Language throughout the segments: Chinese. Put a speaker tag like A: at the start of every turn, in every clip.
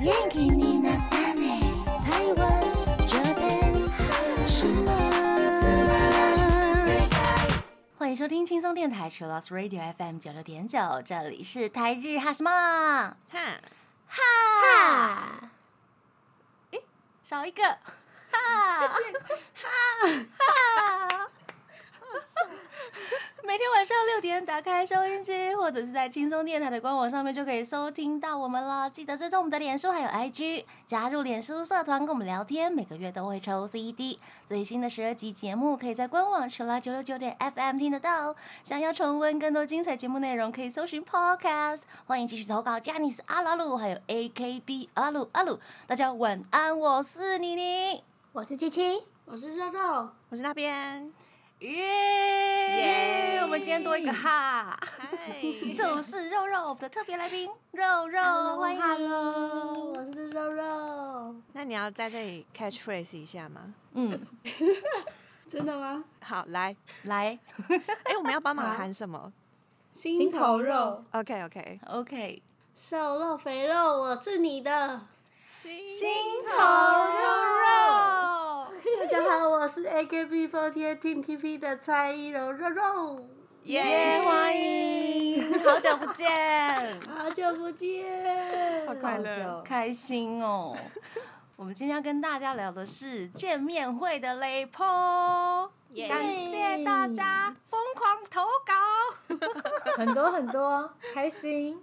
A: 元気になったね台湾 Japan 什么
B: 欢迎收听轻松电台 c h i l l o s Radio FM 九六点九，这里是台日哈什么
C: 哈，
B: 哈，诶少一个哈哈哈， 每天晚上六点打开收音机，或者是在轻松电台的官网上面就可以收听到我们了。记得追踪我们的脸书还有 IG，加入脸书社团跟我们聊天，每个月都会抽 CD。最新的十二集节目可以在官网 c h i l a 九六九点 FM 听得到哦。想要重温更多精彩节目内容，可以搜寻 Podcast。欢迎继续投稿 j a n i c e 阿拉鲁，还有 AKB 阿鲁阿鲁。大家晚安，我是妮妮。
A: 我是七七，
D: 我是肉肉，
C: 我是那边，
B: 耶、
C: 耶
B: 我们今天多一个哈，
C: 嗨，
B: 就是肉肉，我们的特别来宾肉肉
D: Hello，
B: 欢迎
D: Hello，我是肉肉。
C: 那你要在这里 catchphrase 一下吗？
B: 嗯，
D: 真的吗？
C: 好，来，
B: 来
C: 哎、我们要帮忙喊什么
D: 心头肉、
C: ？OK OK，
B: ，OK，
D: 瘦肉、肥肉，我是你的。
C: 心
B: 肉肉，
D: 大家好，我是 AKB48 Team TP 的蔡依柔肉肉，
B: 耶、
C: 耶，
B: 欢迎，好久不见，
D: 好久不见，
C: 好快乐，
B: 开心哦。我们今天要跟大家聊的是见面会的雷波，
C: 耶
B: 感谢大家疯狂投稿。
E: 很多很多，开心。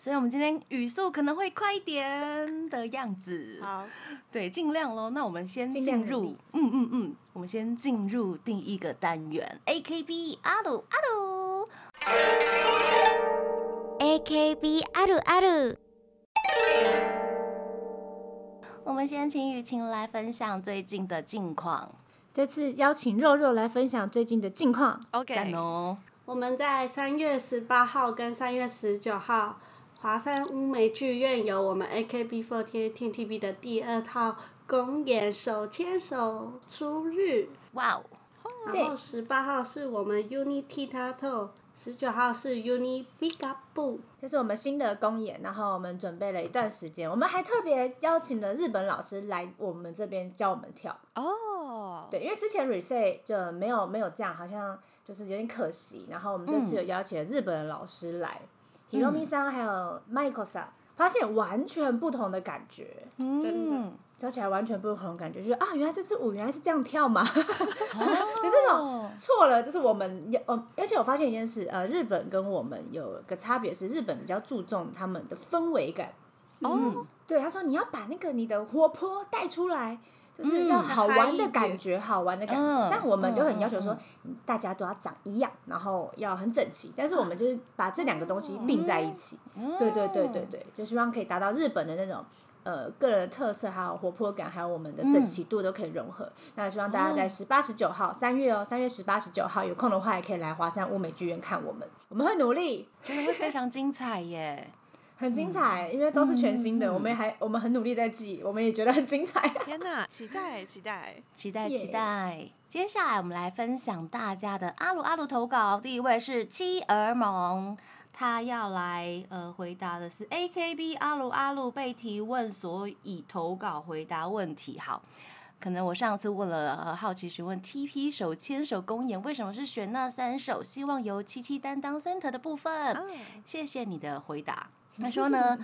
B: 所以我们今天语速可能会快一点的样子，
C: 好，
B: 对，尽量喽。那我们先
E: 尽量
B: 进
E: 努
B: 入
E: 力，
B: 嗯嗯嗯，我们先进入第一个单元，A K B 阿鲁阿鲁。
A: AKB あるある
B: 我们先请雨晴来分享最近的近况，
E: 这次邀请肉肉来分享最近的近况，
B: 赞
C: OK，
B: 哦！
D: 我们在三月十八号跟三月十九号，华山乌梅剧院有我们 AKB48 Team TP 的第二套公演《手牵手》初日。
B: 哇哦，
D: 然后十八号是我们 Uni Titato，十九号是 Uni Big Up。
E: 这是我们新的公演，然后我们准备了一段时间，我们还特别邀请了日本老师来我们这边教我们跳。
C: 哦，
E: 对，因为之前 reset 就没有没有这样，好像就是有点可惜。然后我们这次有邀请了日本的老师来、h i r o m i 桑还有 Michael 桑，发现完全不同的感觉。
B: 嗯，
E: 教起来完全不同的感觉，就是啊，原来这支舞原来是这样跳嘛，
B: 就
E: 这种错了，就是我们有，呃而且我发现一件事，呃，日本跟我们有个差别是，日本比较注重他们的氛围感。
C: 哦，
E: 对，他说你要把那个你的活泼带出来，就是要
B: 嗯
E: 好玩的感觉，好玩的感觉。
B: 嗯
E: 但我们就很要求
B: 嗯
E: 说，大家都要长一样，然后要很整齐。但是我们就是把这两个东西
B: 哦
E: 并在一起。对对对对对，就希望可以达到日本的那种。呃，个人的特色还有活泼感，还有我们的整齐度都可以融合。那希望大家在十八、十九号，三月哦，三月十八、十九号有空的话，也可以来华山物美剧院看我们，我们会努力，
B: 真的会非常精彩耶！
E: 很精彩，因为都是全新的，我们还我们很努力在记，我们也觉得很精彩。
C: 天哪，期待期待，
B: 期待
E: 耶
B: 期待。接下来我们来分享大家的阿鲁阿鲁投稿，第一位是妻儿萌，他要来呃回答的是 A K B 阿鲁阿鲁被提问，所以投稿回答问题。好，可能我上次问了呃好奇询问 T P 手牵手公演为什么是选那三首，希望由七七担当 center 的部分。
C: 嗯，
B: 谢谢你的回 答。他说呢，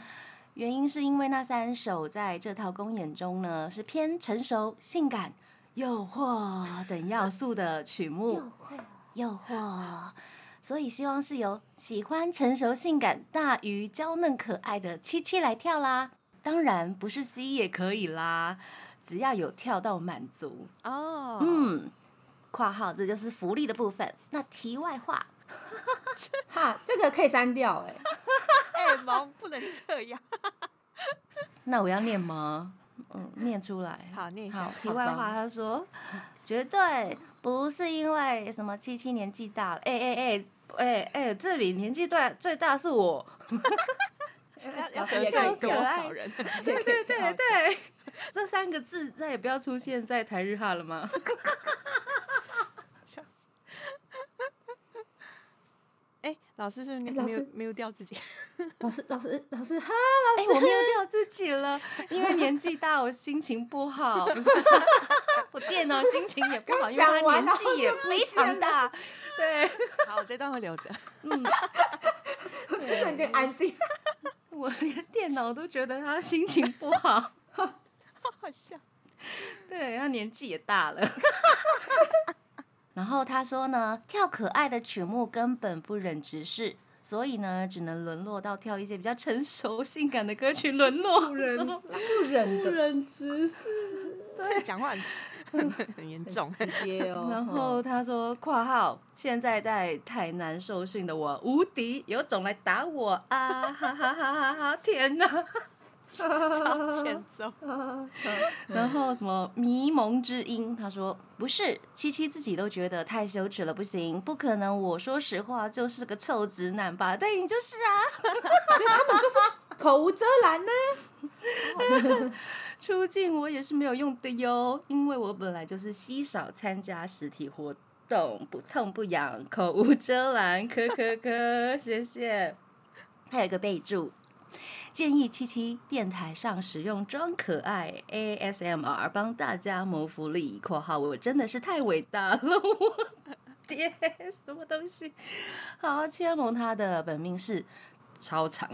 B: 原因是因为那三首在这套公演中呢是偏成熟、性感、诱惑等要素的曲目， 诱惑，所以希望是由喜欢成熟、性感大于娇嫩可爱的七七来跳啦。当然不是 C 也可以啦，只要有跳到满足。
C: 哦，
B: 嗯，括号这就是福利的部分。那题外话，
E: 哈，这个可以删掉哎、
C: 哎、萌不能这样，
B: 那我要念吗？嗯，念出来。
C: 好念一下
B: 好，题外
C: 好
B: 话，他说绝对不是因为什么七七年纪大了，哎哎哎哎哎，这里年纪大最大是我。
C: 要要
E: 老师
C: 得
E: 也可以
C: 罪
E: 多
C: 多少人？
E: 对
B: 对
E: 对
B: 对， 这三个字再也不要出现在台日哈了吗？
C: 哎、老师是没没
E: 老
C: 有
E: 师
C: 没有掉自己，
E: 老师，老师，老师，哈，
B: 哎、我没有掉自己了，因为年纪大，我心情不好，不是， 我电脑心情也不好，因为他
E: 讲完
B: 年纪也非常大，对，
C: 好，这段会留着。
E: 我突 然间安静。
B: 我连电脑都觉得他心情不好，
C: 好笑，
B: 对他年纪也大了。 然后他说呢，跳可爱的曲目根本不忍直视，所以呢，只能沦落到跳一些比较成熟、性感的歌曲沦落。
E: 不忍
D: 不
E: 的，
D: 忍直视，
C: 这讲话很
E: 嗯
C: 很 很严重。
E: 直接 哦。
B: 然后他说（括号）现在在台南受训的我无敌，有种来打我啊！哈哈哈哈哈！天哪！
C: 超欠 揍，
B: 然后什么迷蒙之音，他说不是，七七自己都觉得太羞耻了，不行，不可能。我说实话，就是个臭直男吧？对你就是啊。
E: 他们就是口无遮拦呢。
B: 出镜我也是没有用的哟，因为我本来就是稀少参加实体活动，不痛不痒，口无遮拦，咳咳咳，谢谢。他有一个备注，建议七七电台上使用装可爱 ASMR 帮大家谋福利（括号我真的是太伟大了，我爹什么东西）。好，切蒙他的本命是超长。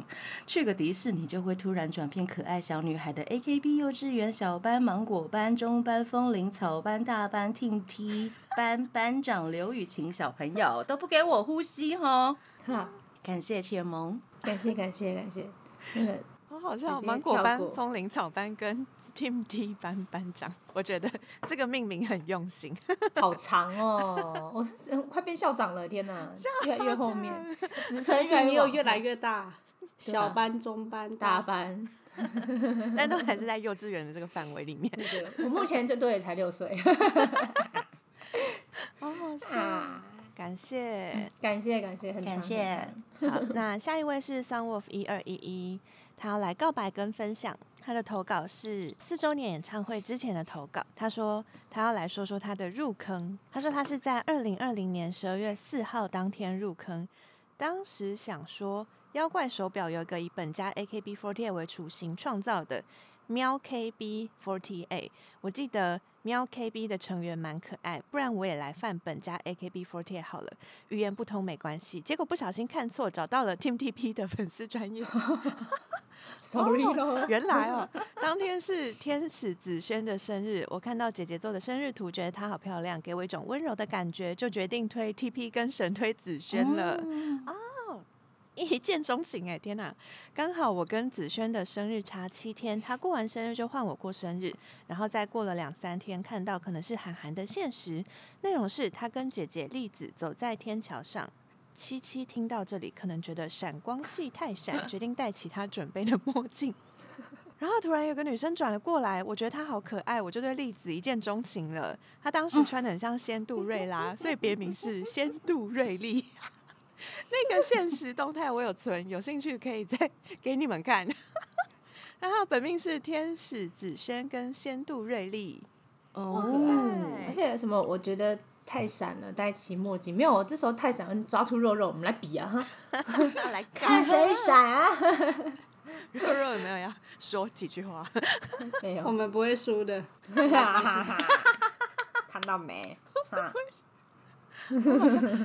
B: 去个迪士尼就会突然转变可爱小女孩的 A K B 幼稚园小班、芒果班、中班、风铃草班、大班、听 T 班班长刘雨晴小朋友都不给我呼吸哈！
E: 哈，
B: 感谢切蒙，
E: 感谢感谢感谢。那个
C: 好好笑。哦
E: 直接
C: 芒果班
E: 跳、过
C: 风铃草班跟 Team D 班班长，我觉得这个命名很用心。
E: 好长哦，我我快变校长了，天哪！越来越后面，职称越来
D: 你
E: 越
D: 有
E: 往
D: 越来越大，
E: 对
D: 小
E: 啊
D: 班、中班、
E: 大
D: 班，
E: 班。
C: 但都还是在幼稚园的这个范围里 面。
E: 对我目前这队也才六岁。
C: 好好笑，哦
E: 啊
C: 感谢。
E: 感谢感谢，很长
B: 感谢。
C: 好，那下一位是 Sunwolf 一二一一，他要来告白跟分享。他的投稿是四周年演唱会之前的投稿。他说他要来说说他的入坑。他说他是在二零二零年十二月四号当天入坑，当时想说妖怪手表有一个以本家 AKB48 为雏形创造的喵 KB48，我记得喵 KB 的成员蛮可爱，不然我也来犯本家 AKB48 好了。语言不通没关系。结果不小心看错，找到了 Team TP 的粉丝专业。
E: ，sorry 咯。
C: 原来哦，当天是天使子萱的生日，我看到姐姐做的生日图，觉得她好漂亮，给我一种温柔的感觉，就决定推 TP 跟神推子萱了。哦，一见钟情哎，天哪！刚好我跟子萱的生日差七天，她过完生日就换我过生日，然后再过了两三天，看到可能是韩寒的现实，内容是她跟姐姐栗子走在天桥上。七七听到这里，可能觉得闪光系太闪，决定戴起她准备的墨镜。然后突然有个女生转了过来，我觉得她好可爱，我就对栗子一见钟情了。她当时穿的很像仙杜瑞拉，所以别名是仙杜瑞丽。 那个现实动态我有存，有兴趣可以再给你们看。 然后本命是天使子轩跟仙杜瑞丽，
B: 哦，
E: 嗯而且什么？我觉得太闪了，戴起墨镜没有？我这时候太闪了，抓出肉肉，我们来比啊！哈
C: 那来
E: 看
C: 看
E: 谁闪啊！
C: 肉肉有没有要说几句话？
E: 没有
D: 我，们不会输的。
E: 看到没？哈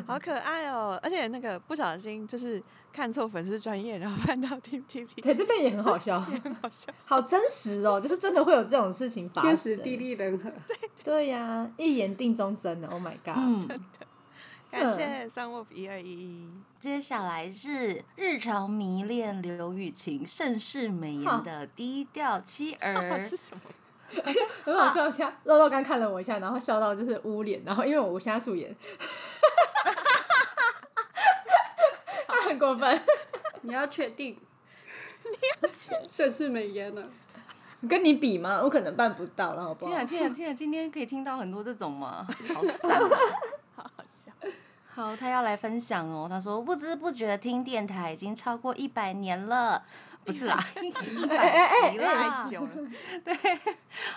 C: 好可爱哦！而且那个不小心就是看错粉丝专业，然后翻到 T T P，
E: 对，这边也很好笑，
C: 很好笑。
E: 好真实哦，就是真的会有这种事情发生。
D: 天时地利人和，
E: 对呀、一眼定终身的，Oh my god！、
B: 嗯，
C: 感谢三 wolf 一二一一。
B: 接下来是日常迷恋刘雨晴盛世美颜的低调妻 儿，
C: 是什么？
E: 很好笑，他肉肉刚看了我一下，然后笑到就是捂脸，然后因为我现在素 颜，他很过分，
D: 你要确定，你要盛世美颜了。
E: 跟你比吗？我可能办不到了，好不好
B: 天啊？天啊天啊！今天可以听到很多这种吗？ 好闪、啊！
C: 好好笑。
B: 好， 他要来分享哦。他说不知不觉听电台已经超过一百年了，不是啦，
C: 一百集
B: 哎
C: 啦，太久 了。
B: 对，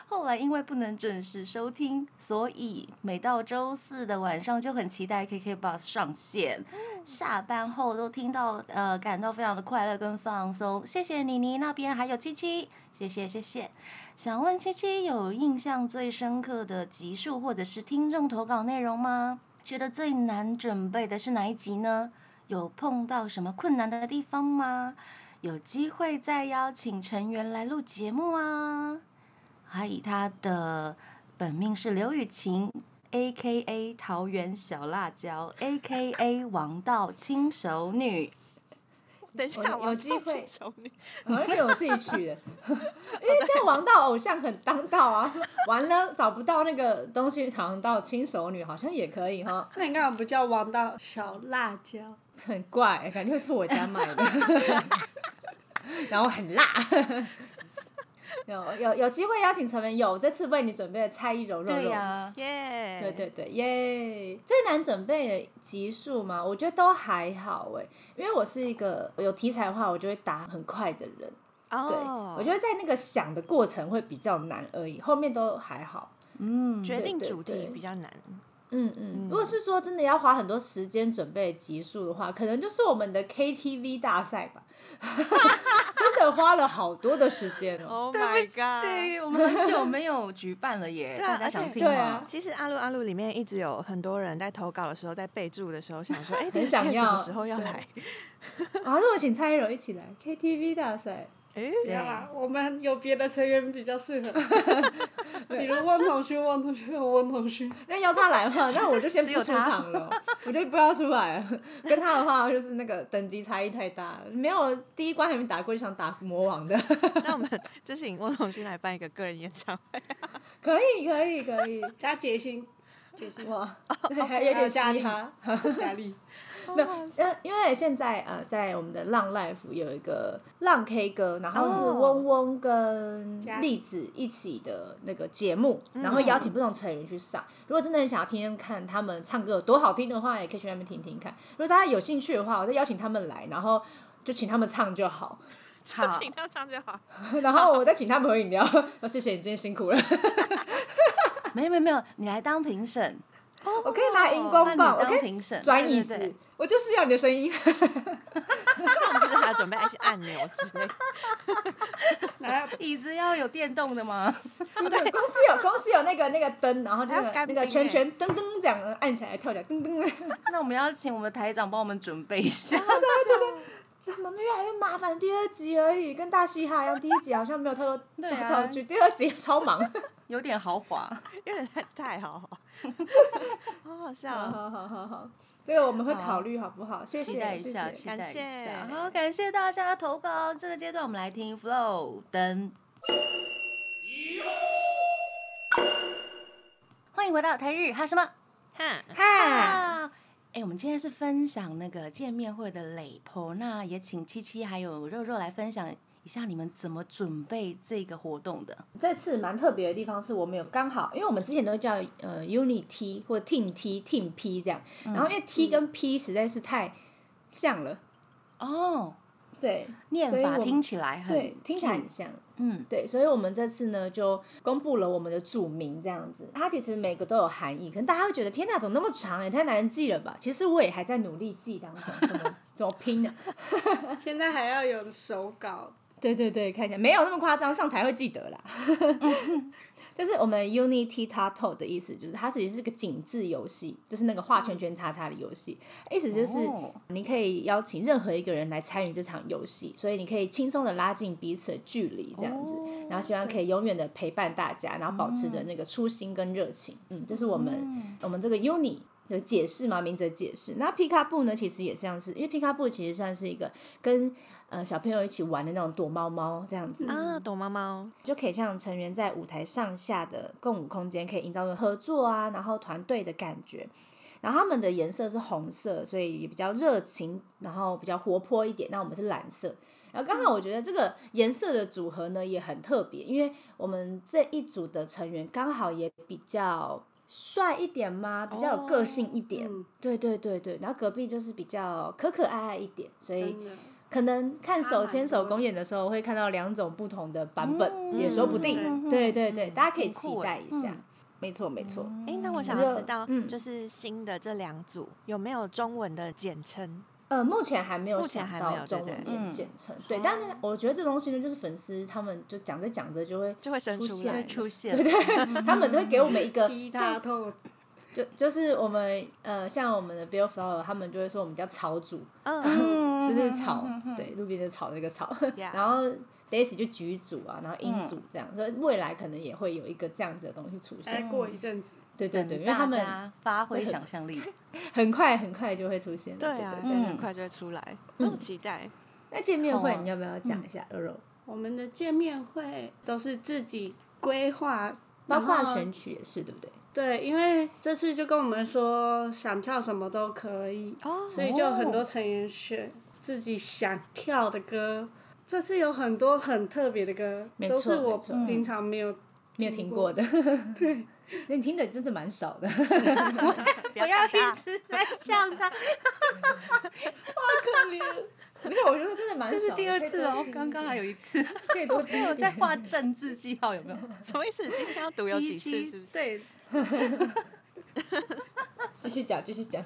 B: 后来因为不能准时收听，所以每到周四的晚上就很期待 KKBOX 上线。下班后都听到，呃，感到非常的快乐跟放松。谢谢妮妮那边还有七七，谢谢谢谢。想问七七有印象最深刻的集数或者是听众投稿内容吗？觉得最难准备的是哪一集呢？有碰到什么困难的地方吗？有机会再邀请成员来录节目啊！还以他的本命是刘雨晴，A K A 桃园小辣椒，A K A 王道轻熟女。
C: 等一下，
E: 有
C: 我
E: 机会
C: 手你。
E: 我而且我自己取 的，因为这样王道偶像很当道啊。完了找不到那个东西，唐到亲手女好像也可以哈，
D: 那你干嘛不叫王道小辣椒？
E: 很怪，感觉是我家买的， 然后很辣。有有有机会邀请成员，有这次为你准备的蔡依柔肉肉，
B: 对呀、
C: 耶！
E: 对对对，耶！最难准备的集数嘛，我觉得都还好哎，因为我是一个有题材的话，我就会答很快的人。对，
C: 哦，
E: 我觉得在那个想的过程会比较难而已，后面都还好。
B: 嗯，
C: 决定
E: 对
C: 主
E: 对
C: 题比较难。
E: 嗯嗯，如果是说真的要花很多时间准备集数的话，可能就是我们的 KTV 大赛吧， 真的花了好多的时间 哦。
C: Oh
B: 对
C: my
B: 不
C: god！
B: 起，我们很久没有举办了耶，
C: 对啊
B: 大家想听
E: 而且对啊
B: 吗？
C: 其实阿鲁阿鲁里面一直有很多人在投稿的时候，在备注的时候 想说，哎，这个
E: 想
C: 倩什
E: 要
C: 么时候要
E: 对
C: 来？
E: 啊，如果请蔡依柔一起来 KTV 大赛，
C: 哎，
D: 不要
B: 啊
E: 啊
D: 啦，我们有别的成员比较适合，比如汪同学、汪同学、汪同学。
E: 那要他来的 话，那我就先
B: 只
E: 不
B: 有
E: 出
B: 他
E: 场了， 我就不要出来了。跟他的话就是那个等级差异太大了，没有第一关还没打过就想打魔王的，
C: 那我们就请汪同学来办一个个人演唱会。
E: 可以可以可以，
D: 加杰星，杰星，
E: 哇，对还有点嘻
D: 加
E: 哈
D: 他。，加力，
E: 没有，呃，因为现在呃，在我们的浪 life 有一个浪 K 歌，然后是
C: 哦
E: 嗡嗡跟
D: 家
E: 栗子一起的那个节目，
B: 嗯
E: 然后邀请不同成员去上。如果真的很想要听听看他们唱歌有多好听的话，也可以去那边听听看。如果大家有兴趣的话，我再邀请他们来，然后就请他们唱就好，
C: 就请他唱就好。
E: 然后我再请他们喝饮料。 说谢谢你今天辛苦了，
B: 哦没有没有没有，你来当评审，
E: 我可以拿荧
B: 那
E: 光
B: 你
E: 棒，我
B: 当
E: 可以
B: 评审，
E: 转
B: 对
E: 椅
B: 对
E: 子，
B: 对
E: 我就是要你的声音。
C: 那我们是不是还要准备一些按钮之类的？
D: 来，
B: 椅子要有电动的吗？
E: 对，公司有公司有那个那个灯，然后那
C: 还
E: 个
C: 有干
E: 那
C: 冰
E: 个圈
C: 欸
E: 圈噔噔这样按起来跳起来噔噔，
B: 那我们要请我们的台长帮我们准备一 下。
E: 怎么越来越麻烦？第二集而已，跟大嘻哈一样，第一集好像没有太多
B: 对啊
E: 道具，第二集超忙。
B: 有点豪华，
C: 因为太太好好， 好好笑
E: 好
C: 哦。
E: 好好好好，这个我们会考虑好不好？谢谢，
B: 期待一下，
E: 谢谢
B: 期待一下。
C: 感谢
B: 好，感谢大家的投稿。这个阶段我们来听 Flow 灯。欢迎回到台日哈什么
C: 哈，啊
E: 啊
B: 啊
E: 哈，
B: 哈？哎，我们今天是分享那个见面会的累婆，那也请七七还有肉肉来分享一下你们怎么准备这个活动的。
E: 这次蛮特别的地方是我们有刚好，因为我们之前都叫呃 Unity 或 Team T、Team P 这样，
B: 嗯
E: 然后因为 T 跟 P 实在是太像了，
B: 哦，
E: 对，
B: 念
E: 所以我
B: 法
E: 们
B: 听起来很
E: 对，听起来
B: 近
E: 很像。
B: 嗯
E: 对，所以我们这次呢就公布了我们的组名这样子，它其实每个都有含义，可能大家会觉得天哪，怎么那么长欸也太难记了吧？其实我也还在努力记当中，怎么怎么拼的？
D: 现在还要有手稿，
E: 对对对，看一下没有那么夸张，上台会记得啦。 就是我们 Unity Tato 的意思，就是它其实是个井字游戏，就是那个画圈圈叉叉的游戏。意思就是
B: 哦
E: 你可以邀请任何一个人来参与这场游戏，所以你可以轻松的拉近彼此的距离，这样子。
B: 哦
E: 然后希望可以永远的陪伴大家，然后保持着那个初心跟热情。嗯，这是我们、我们这个 Uni。的解释嘛，名字的解释。那皮卡布呢，其实也像是，因为皮卡布其实算是一个跟呃小朋友一起玩的那种躲猫猫这样子，
C: 啊，躲猫猫，
E: 就可以像成员在舞台上下的共舞空间，可以营造出合作啊，然后团队的感觉。然后他们的颜色是红色，所以也比较热情，然后比较活泼一点。那我们是蓝色。然后刚好我觉得这个颜色的组合呢也很特别，因为我们这一组的成员刚好也比较帅一点嘛，比较有个性一点。
D: 嗯
E: 对对对对，然后隔壁就是比较可可爱爱一点，所以
D: 真的，
E: 可能看手牵
D: 差
E: 手
D: 蛮多
E: 公演的时候，会看到两种不同的版本，
B: 嗯
E: 也说不定。
B: 嗯
E: 对对对，大家可以
B: 很
E: 期
B: 酷欸
E: 待一下。
B: 嗯
E: 没错没错，
C: 哎、那我想要知道
E: 嗯，
C: 就是新的这两组有没有中文的简称？
E: 呃，目前还没有
C: 目前
E: 想
C: 还没
E: 到
C: 有
E: 中
C: 对
E: 文
C: 对
E: 演
B: 嗯
E: 简称。对，但是我觉得这东西呢，就是粉丝他们就讲着讲着就会
C: 就会生出
E: 现
C: 来
E: 了
C: 了
B: 出现
E: 对
B: 嗯
E: 对，他们都会给我们一个
D: 踢
E: 像
D: 他痛，
E: 就就是我们呃，像我们的 Bill Flower，他们就会说我们叫草组，
C: 嗯，
E: 就
B: 嗯啊
E: 是草，对，路边的草那个 草。
C: Yeah
E: 然后 Daisy 就菊组啊，然后英
B: 嗯
E: 组这样，所以未来可能也会有一个这样子的东西出
D: 再
E: 现。
D: 过一阵子，
E: 对对对，因
B: 等
E: 为他
B: 大
E: 们
B: 家发挥想象力，
E: 很快很快就会出现了。对
C: 对啊，
E: 对
C: 对，
E: 嗯对
B: 嗯
C: 很快就会出来，好期待。
E: 那见面会
B: 好啊
E: 你要不要讲一下 Euro？
D: 我们的见面会都是自己规划，
E: 包括
D: 然后
E: 选曲也是，对不对？
D: 对，因为这次就跟我们说想跳什么都可以，
C: 哦
D: 所以就有很多成员选自己想跳的歌。这次有很多很特别的歌
E: 没，错
D: 都是我
E: 没错
D: 平常没有
E: 没有听过的，对， 那你听的真的蛮少的。
C: 不要一
B: 直在呛 他，
E: 没有，我觉得真的蛮少
B: 这
E: 的。
B: 是第二
E: 可以
B: 次
E: 多
B: 哦
E: 听，一
B: 刚刚还有一次，
E: 点可以多听一
B: 我在
E: 点。
B: 画政治记号，有没有？
C: 什么意思？今天要读有几次？
B: 七
C: 是不是？
D: 对，
E: 继续讲，继续讲。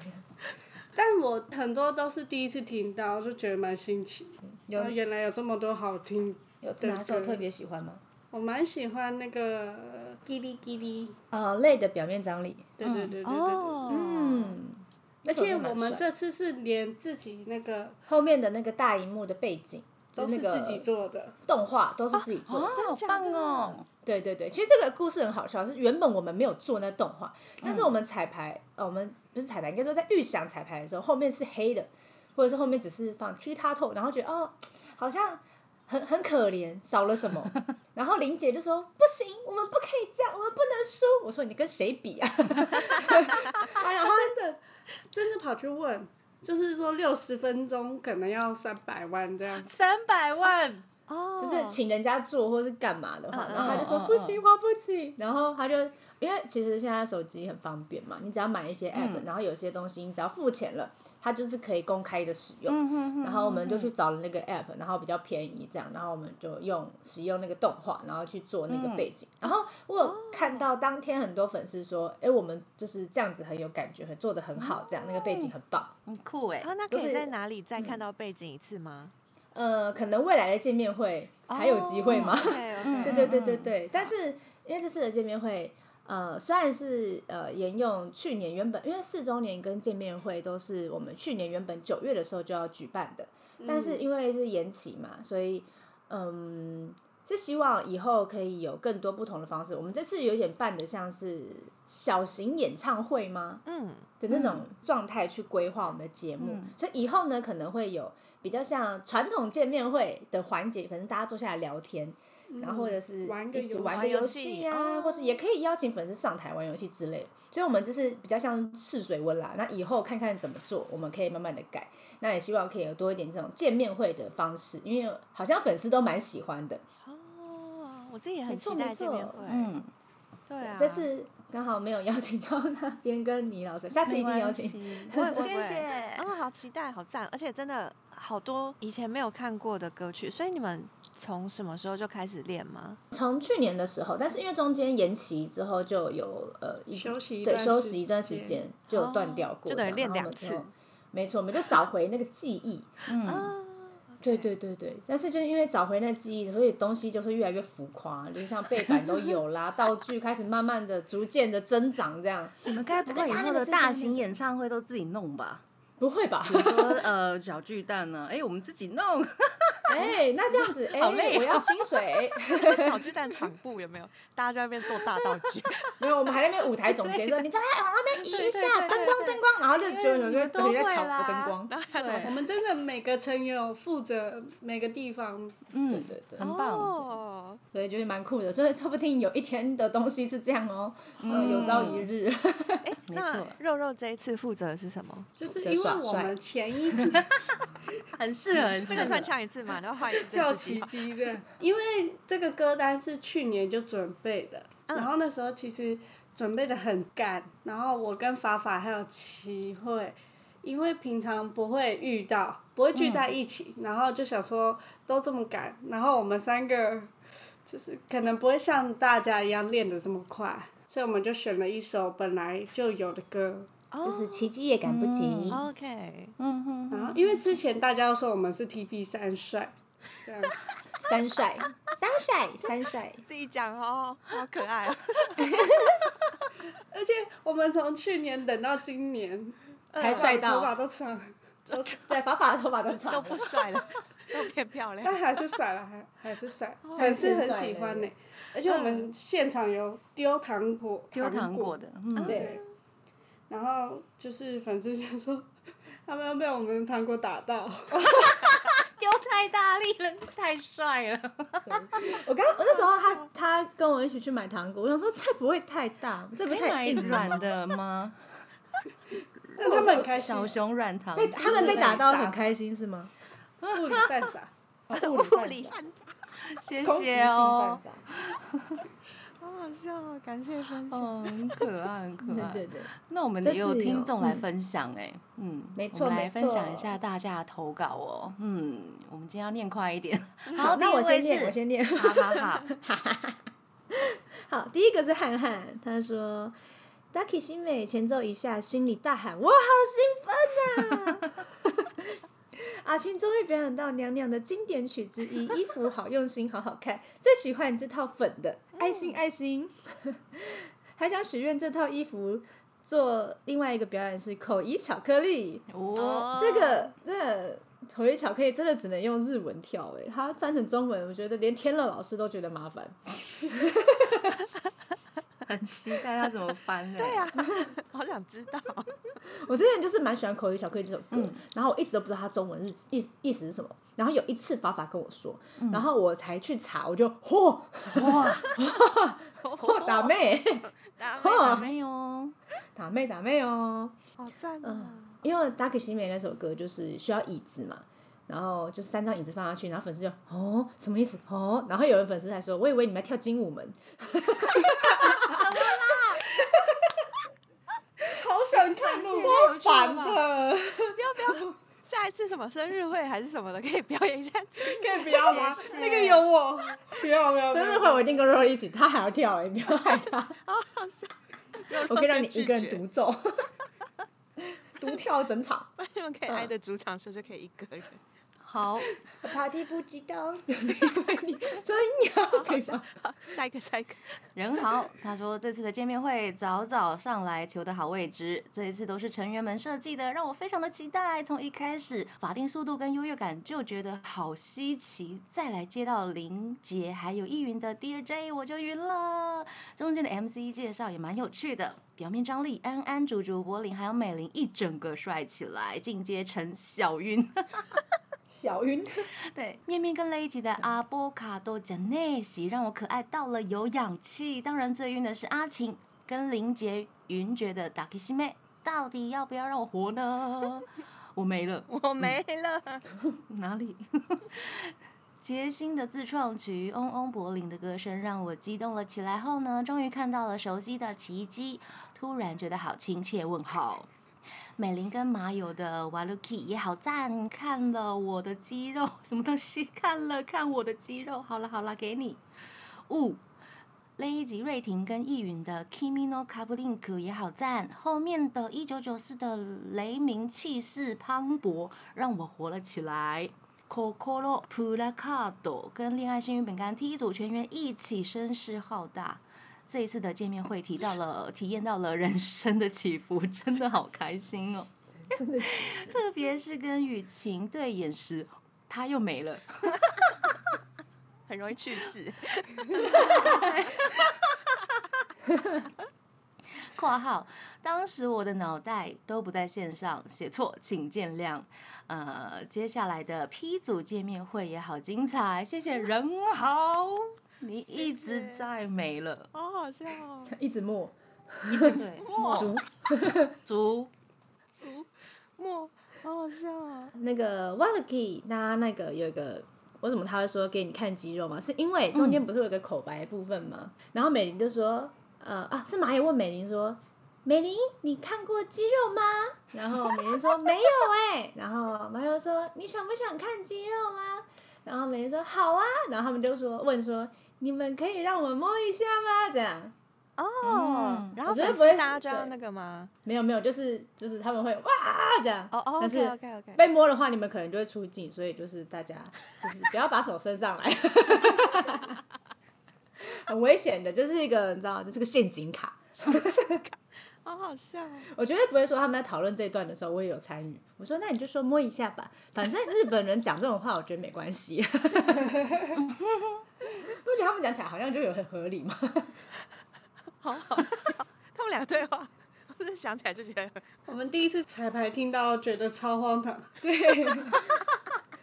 D: 但我很多都是第一次听到，就觉得蛮新奇。
E: 有
D: 然后原来呃有这么多好听，
E: 有
D: 对
E: 哪首特别喜欢吗？
D: 我蛮喜欢那个呃叽哩叽哩，
E: 啊，泪的表面张力。
D: 对对对对对对。
C: 哦，
E: 嗯，
D: 而且我
E: 那首歌
D: 们
E: 蛮
D: 这
E: 帅
D: 次是连自己那个
E: 后面的那个大荧幕的背景
D: 都是自己，做的，
E: 就那个动画都是自己做的。
B: 这好棒哦！
E: 对对对，其实这个故事很好笑，是原本我们没有做那动画，
B: 嗯
E: 但是我们彩排，呃，我们不是彩排，应该说在预想彩排的时候，后面是黑的，或者是后面只是放踢踏透，然后觉得哦，好像很很可怜，少了什 么。然后林姐就说：“不行，我们不可以这样，我们不能输。”我说：“你跟谁比啊？”然后
D: 真的跑去问，就是说六十分钟可能要三百万这样子。
B: 三百万，
C: 哦，
E: 就是请人家做或是干嘛的话，
C: 嗯
E: 然后他就说
B: 嗯嗯
E: 不行，花不起。然后他就因为其实现在手机很方便嘛，你只要买一些 app，、然后有些东西你只要付钱了，它就是可以公开的使用。然后我们就去找了那个 app，然后比较便宜这样，然后我们就用使用那个动画，然后去做那个背景。然后我有看到当天很多粉丝说，哎、我们就是这样子很有感觉，很做的很好，这样那个背景很棒。
B: 很酷哎
C: 然！后那可
E: 就
C: 以
E: 是嗯
C: 在哪里再看到背景一次吗？
E: 呃，可能未来的见面会还有机
C: 哦
E: 会吗？ 嗯
C: 对对
E: 对对对对对，但是因为这次的见面会，呃，虽然是呃沿用去年原本，因为四周年跟见面会都是我们去年原本九月的时候就要举办的，但是因为是延期嘛，所以嗯，就希望以后可以有更多不同的方式。我们这次有点办的像是小型演唱会吗？
C: 嗯，
E: 的那种状态去规划我们的节目，
B: 嗯
E: 所以以后呢可能会有比较像传统见面会的环节，可能大家坐下来聊天，然后或者是
D: 嗯玩个
E: 一起
D: 游
E: 玩
D: 戏
E: 个游
C: 玩游戏
E: 戏
C: 哦
E: 啊，或是也可以邀请粉丝上台玩游戏之类的。所以我们这是比较像试水温啦，那以后看看怎么做，我们可以慢慢的改。那也希望可以有多一点这种见面会的方式，因为好像粉丝都蛮喜欢的。
C: 哦，我自己也很
E: 没错
C: 期待
E: 没错
C: 见面会。
B: 嗯，
C: 对啊，
E: 这次刚好没有邀请到那边跟倪老师，下次一定邀请。
C: 不会不 会
B: 谢谢
C: 啊，我好期待，好赞！而且真的好多以前没有看过的歌曲，所以你们从什么时候就开始练吗？
E: 从去年的时候，但是因为中间延期之后，就有呃一直
D: 休息一
E: 对
D: 段
E: 休
D: 时
E: 息一段时
D: 间
E: 间，就有断掉过
C: 就
E: 这
C: 等
E: 样，
C: 于练
E: 然后
C: 两
E: 我们就
C: 次。
E: 没错，我们就找回那个记忆。
B: 嗯，
E: 对对对对，但是就是因为找回那记忆，所以东西就是越来越浮夸，就是像背板都有啦， 道具开始慢慢的、逐渐的增长，这样
B: 你们该不会以后的大型演唱会都自己弄吧？
E: 不会吧？
B: 说呃小巨蛋呢？哎，我们自己弄，
E: 哎，那这样子，哎，
B: 好累哦
E: 我要薪水。
C: 小巨蛋场部有没有？大家就在那边做大道 具，
E: 没有，我们还在那边舞台总结说，你再往那边移一下，
B: 对对对
E: 灯光
B: 对
E: 灯光，然后就
B: 因为
E: 就有
B: 你们
E: 人就有人
B: 都
E: 在
B: 会
E: 抢
B: 啦
E: 我灯光，
D: 我
E: 对
D: 们真的每个成员有负责每个地方，
E: 对
B: 嗯，
E: 对对，
B: 很棒。
C: 哦，
E: 所以就是蛮酷的，所以说不定有一天的东西是这样哦、呃，有朝一日，
B: 没
C: 那
B: 错，
C: 肉肉这一次负责的是什么？
D: 就是因为我 们前一天
B: 很适合，很
C: 这
B: 适
C: 个
B: 合
C: 算。抢一次嘛，然后换一次
D: 跳
C: 就自
D: 奇
C: 己。
D: 迹的，因为这个歌单是去年就准备的，然后那时候其实准备的很赶，然后我跟法法还有齐慧。因为平常不会遇到，不会聚在一起，然后就想说都这么赶，然后我们三个就是可能不会像大家一样练得这么快，所以我们就选了一首本来就有的歌。
E: 就是奇迹也赶不及。
B: 哦
C: OK，
B: 嗯哼
D: 然后因为之前大家都说我们是 TP 三帅，这样
E: 三帅，三帅，三帅，
C: 自己讲哦，好可爱。
D: 而且我们从去年等到今年
B: 呃
E: 才帅
D: 头发
E: 到，
D: 都长，
E: 对，法法的头发都长
C: 都
E: 了。
C: 不帅了，都变漂亮
D: 但。还是甩了，还还是甩，粉丝很喜欢呢、而且我们现场有丢糖果，
B: 丢糖果的，嗯，
E: 对，
D: 然后就是粉丝就说，他们要被我们的糖果打到，
B: 丢太大力了，太帅 了，
E: 我刚我那时候他他跟我一起去买糖果，我想说这不会太大，这不
B: 可以
E: 太
B: 买
E: 硬
B: 软
E: 了吗。
B: 的吗？
D: 但他们很开 心，
B: 小熊软糖，
E: 被他们被打到很开心是吗？
D: 物理犯傻，
C: 物理犯傻，
B: 谢
D: 攻击
B: 谢
D: 性犯
B: 哦，
D: 傻。
C: 好好笑哦！感谢分享。
E: 嗯
B: 哦，很可爱，很可
E: 对
B: 爱。
E: 对对，
B: 那我们
E: 这
B: 也
E: 次
B: 有听
E: 有
B: 众来
E: 嗯
B: 分享哎、嗯，
E: 没
B: 我
E: 错
B: 们
E: 没
B: 来分享一
E: 错
B: 下大家的投稿哦，嗯，我们今天要念快一 点。
E: 好，那我先
B: 第一位
E: 念，
B: 是
E: 我 先念。
B: 哈哈哈，
E: 好，第一个是汉汉，他说 Ducky 新美前奏一下，心里大喊：“我好兴奋呐、 阿青终于表演到娘娘的经典曲之一，衣服好用心，好好看，最喜欢这套粉的，爱心爱心， 还想许愿这套衣服做另外一个表演是口译巧克力，
B: 哦我
E: 哦这个这口译巧克力真的只能用日文跳诶、它翻成中文，我觉得连天乐老师都觉得麻烦。
B: 很期待他怎么翻的。
C: 对啊， 好想知道。
E: 我之前就是蛮喜欢《口语小克力》这首歌，
C: 嗯
E: 然后我一直都不知道它中文日意意思是什么。然后有一次法法跟我说，
C: 嗯
E: 然后我才去查，我就 嚯
C: 哦
E: 嚯打妹
C: 打妹
E: 嚯
B: 没有，
E: 打妹打妹哦，
C: 好赞啊！
E: 因为《达克西美》那首歌就是需要椅子嘛。然后就是三张椅子放下去，然后粉丝就哦什么意思哦，然后有人粉丝还说，我以为你们要跳精舞门，
D: 好想看哦，
E: 超烦的，
C: 要不要下一次什么生日会还是什么的，可以表演一下？
D: 可以不要吗？
B: 谢谢
D: 那个有我，不要
C: 哦
D: 不要，不要
E: 生日会我一定跟肉肉一起，他还要跳、欸，你不要害 怕，
C: 好好笑。
E: 我可以让你一个人
C: 先拒绝，
E: 独奏， 独跳整场。
C: 你们
E: 嗯
C: 可以爱的主场时候就可以一个人。
B: 好，
E: party 不知道，真鸟可以讲。
C: 好，下一个，下一个。
B: 人豪 他说这次的见面会早早上来求的好位置，这一次都是成员们设计的，让我非常的期待。从一开始法定速度跟优越感就觉得好稀奇，再来接到林杰还有易云的 Dear J 我就晕了。中间的 MC 介绍也蛮有趣的，表面张力安安、竹竹、柏林还有美玲一整个帅起来，进阶成小晕。
E: 小云，
B: 对，面面跟 l a 的阿波卡多讲内喜，让我可爱到了有氧气。当然最晕的是阿晴跟林杰云觉得 d a k i s h 妹到底要不要让我活呢？ 我没了，
C: 我没了。
B: 哪里？ 杰星的自创曲《嗡嗡柏林》的歌声让我激动了起来后呢，终于看到了熟悉的奇迹，突然觉得好亲切。问号。美玲跟麻友的 Waluki 也好赞，看了我的肌肉， 什么东西？看了看我的肌肉，好了好了，给你。五、Lazy 瑞婷跟易云的 Kimino k a b l i n k 也好赞，后面的一九九四的雷鸣气势磅礴，让我活了起来。Kokoro Placado 跟恋爱幸运饼干 T 组全员一起声势浩大。这一次的见面会提到了，体验到了人生的起伏，真的好开心哦！特别是跟雨晴对眼时，他又没了。
C: 很容易去世，
B: （ 括号）当时我的脑袋都不在线上，写错请见谅。呃，接下来的 P 组见面会也好精彩，谢谢人豪，你一直在没了，
C: 好好笑哦！
E: 一直默
B: 对，
E: 竹
B: 足
C: 莫，好好笑哦！
E: 那个 w a l k i 那那个有一个。为什么他会说给你看肌肉嘛？是因为中间不是有一个口白的部分吗？然后美玲就说，呃啊，是马也问美玲说，美玲，你看过肌肉吗？然后美玲说没有哎、然后麻油说你想不想看肌肉吗？然后美玲说好啊，然后他们就说问说你们可以让我摸一下吗？这样
C: 哦
B: 嗯，
C: 然后
E: 我觉得
C: 粉
E: 不会
C: 丝大家就要
E: 对
C: 那个吗？
E: 没有没有，就是就是他们会哇这样
C: 哦哦
E: 但是
C: ，OK OK OK，
E: 被摸的话，你们可能就会出镜，所以就是大家就是不要把手伸上来， 很危险的，就是一个你知道，这是个陷阱卡。
C: 好好笑 哦。
E: 我绝对不会说他们在讨论这一段的时候，我也有参与。我说那你就说摸一下吧，反正日本人讲这种话，我觉得没关系。 不觉得他们讲起来好像就有很合理吗？
C: 好好笑，他们俩对话，我真的想起来就觉得
D: 我们第一次彩排听到，觉得超荒唐。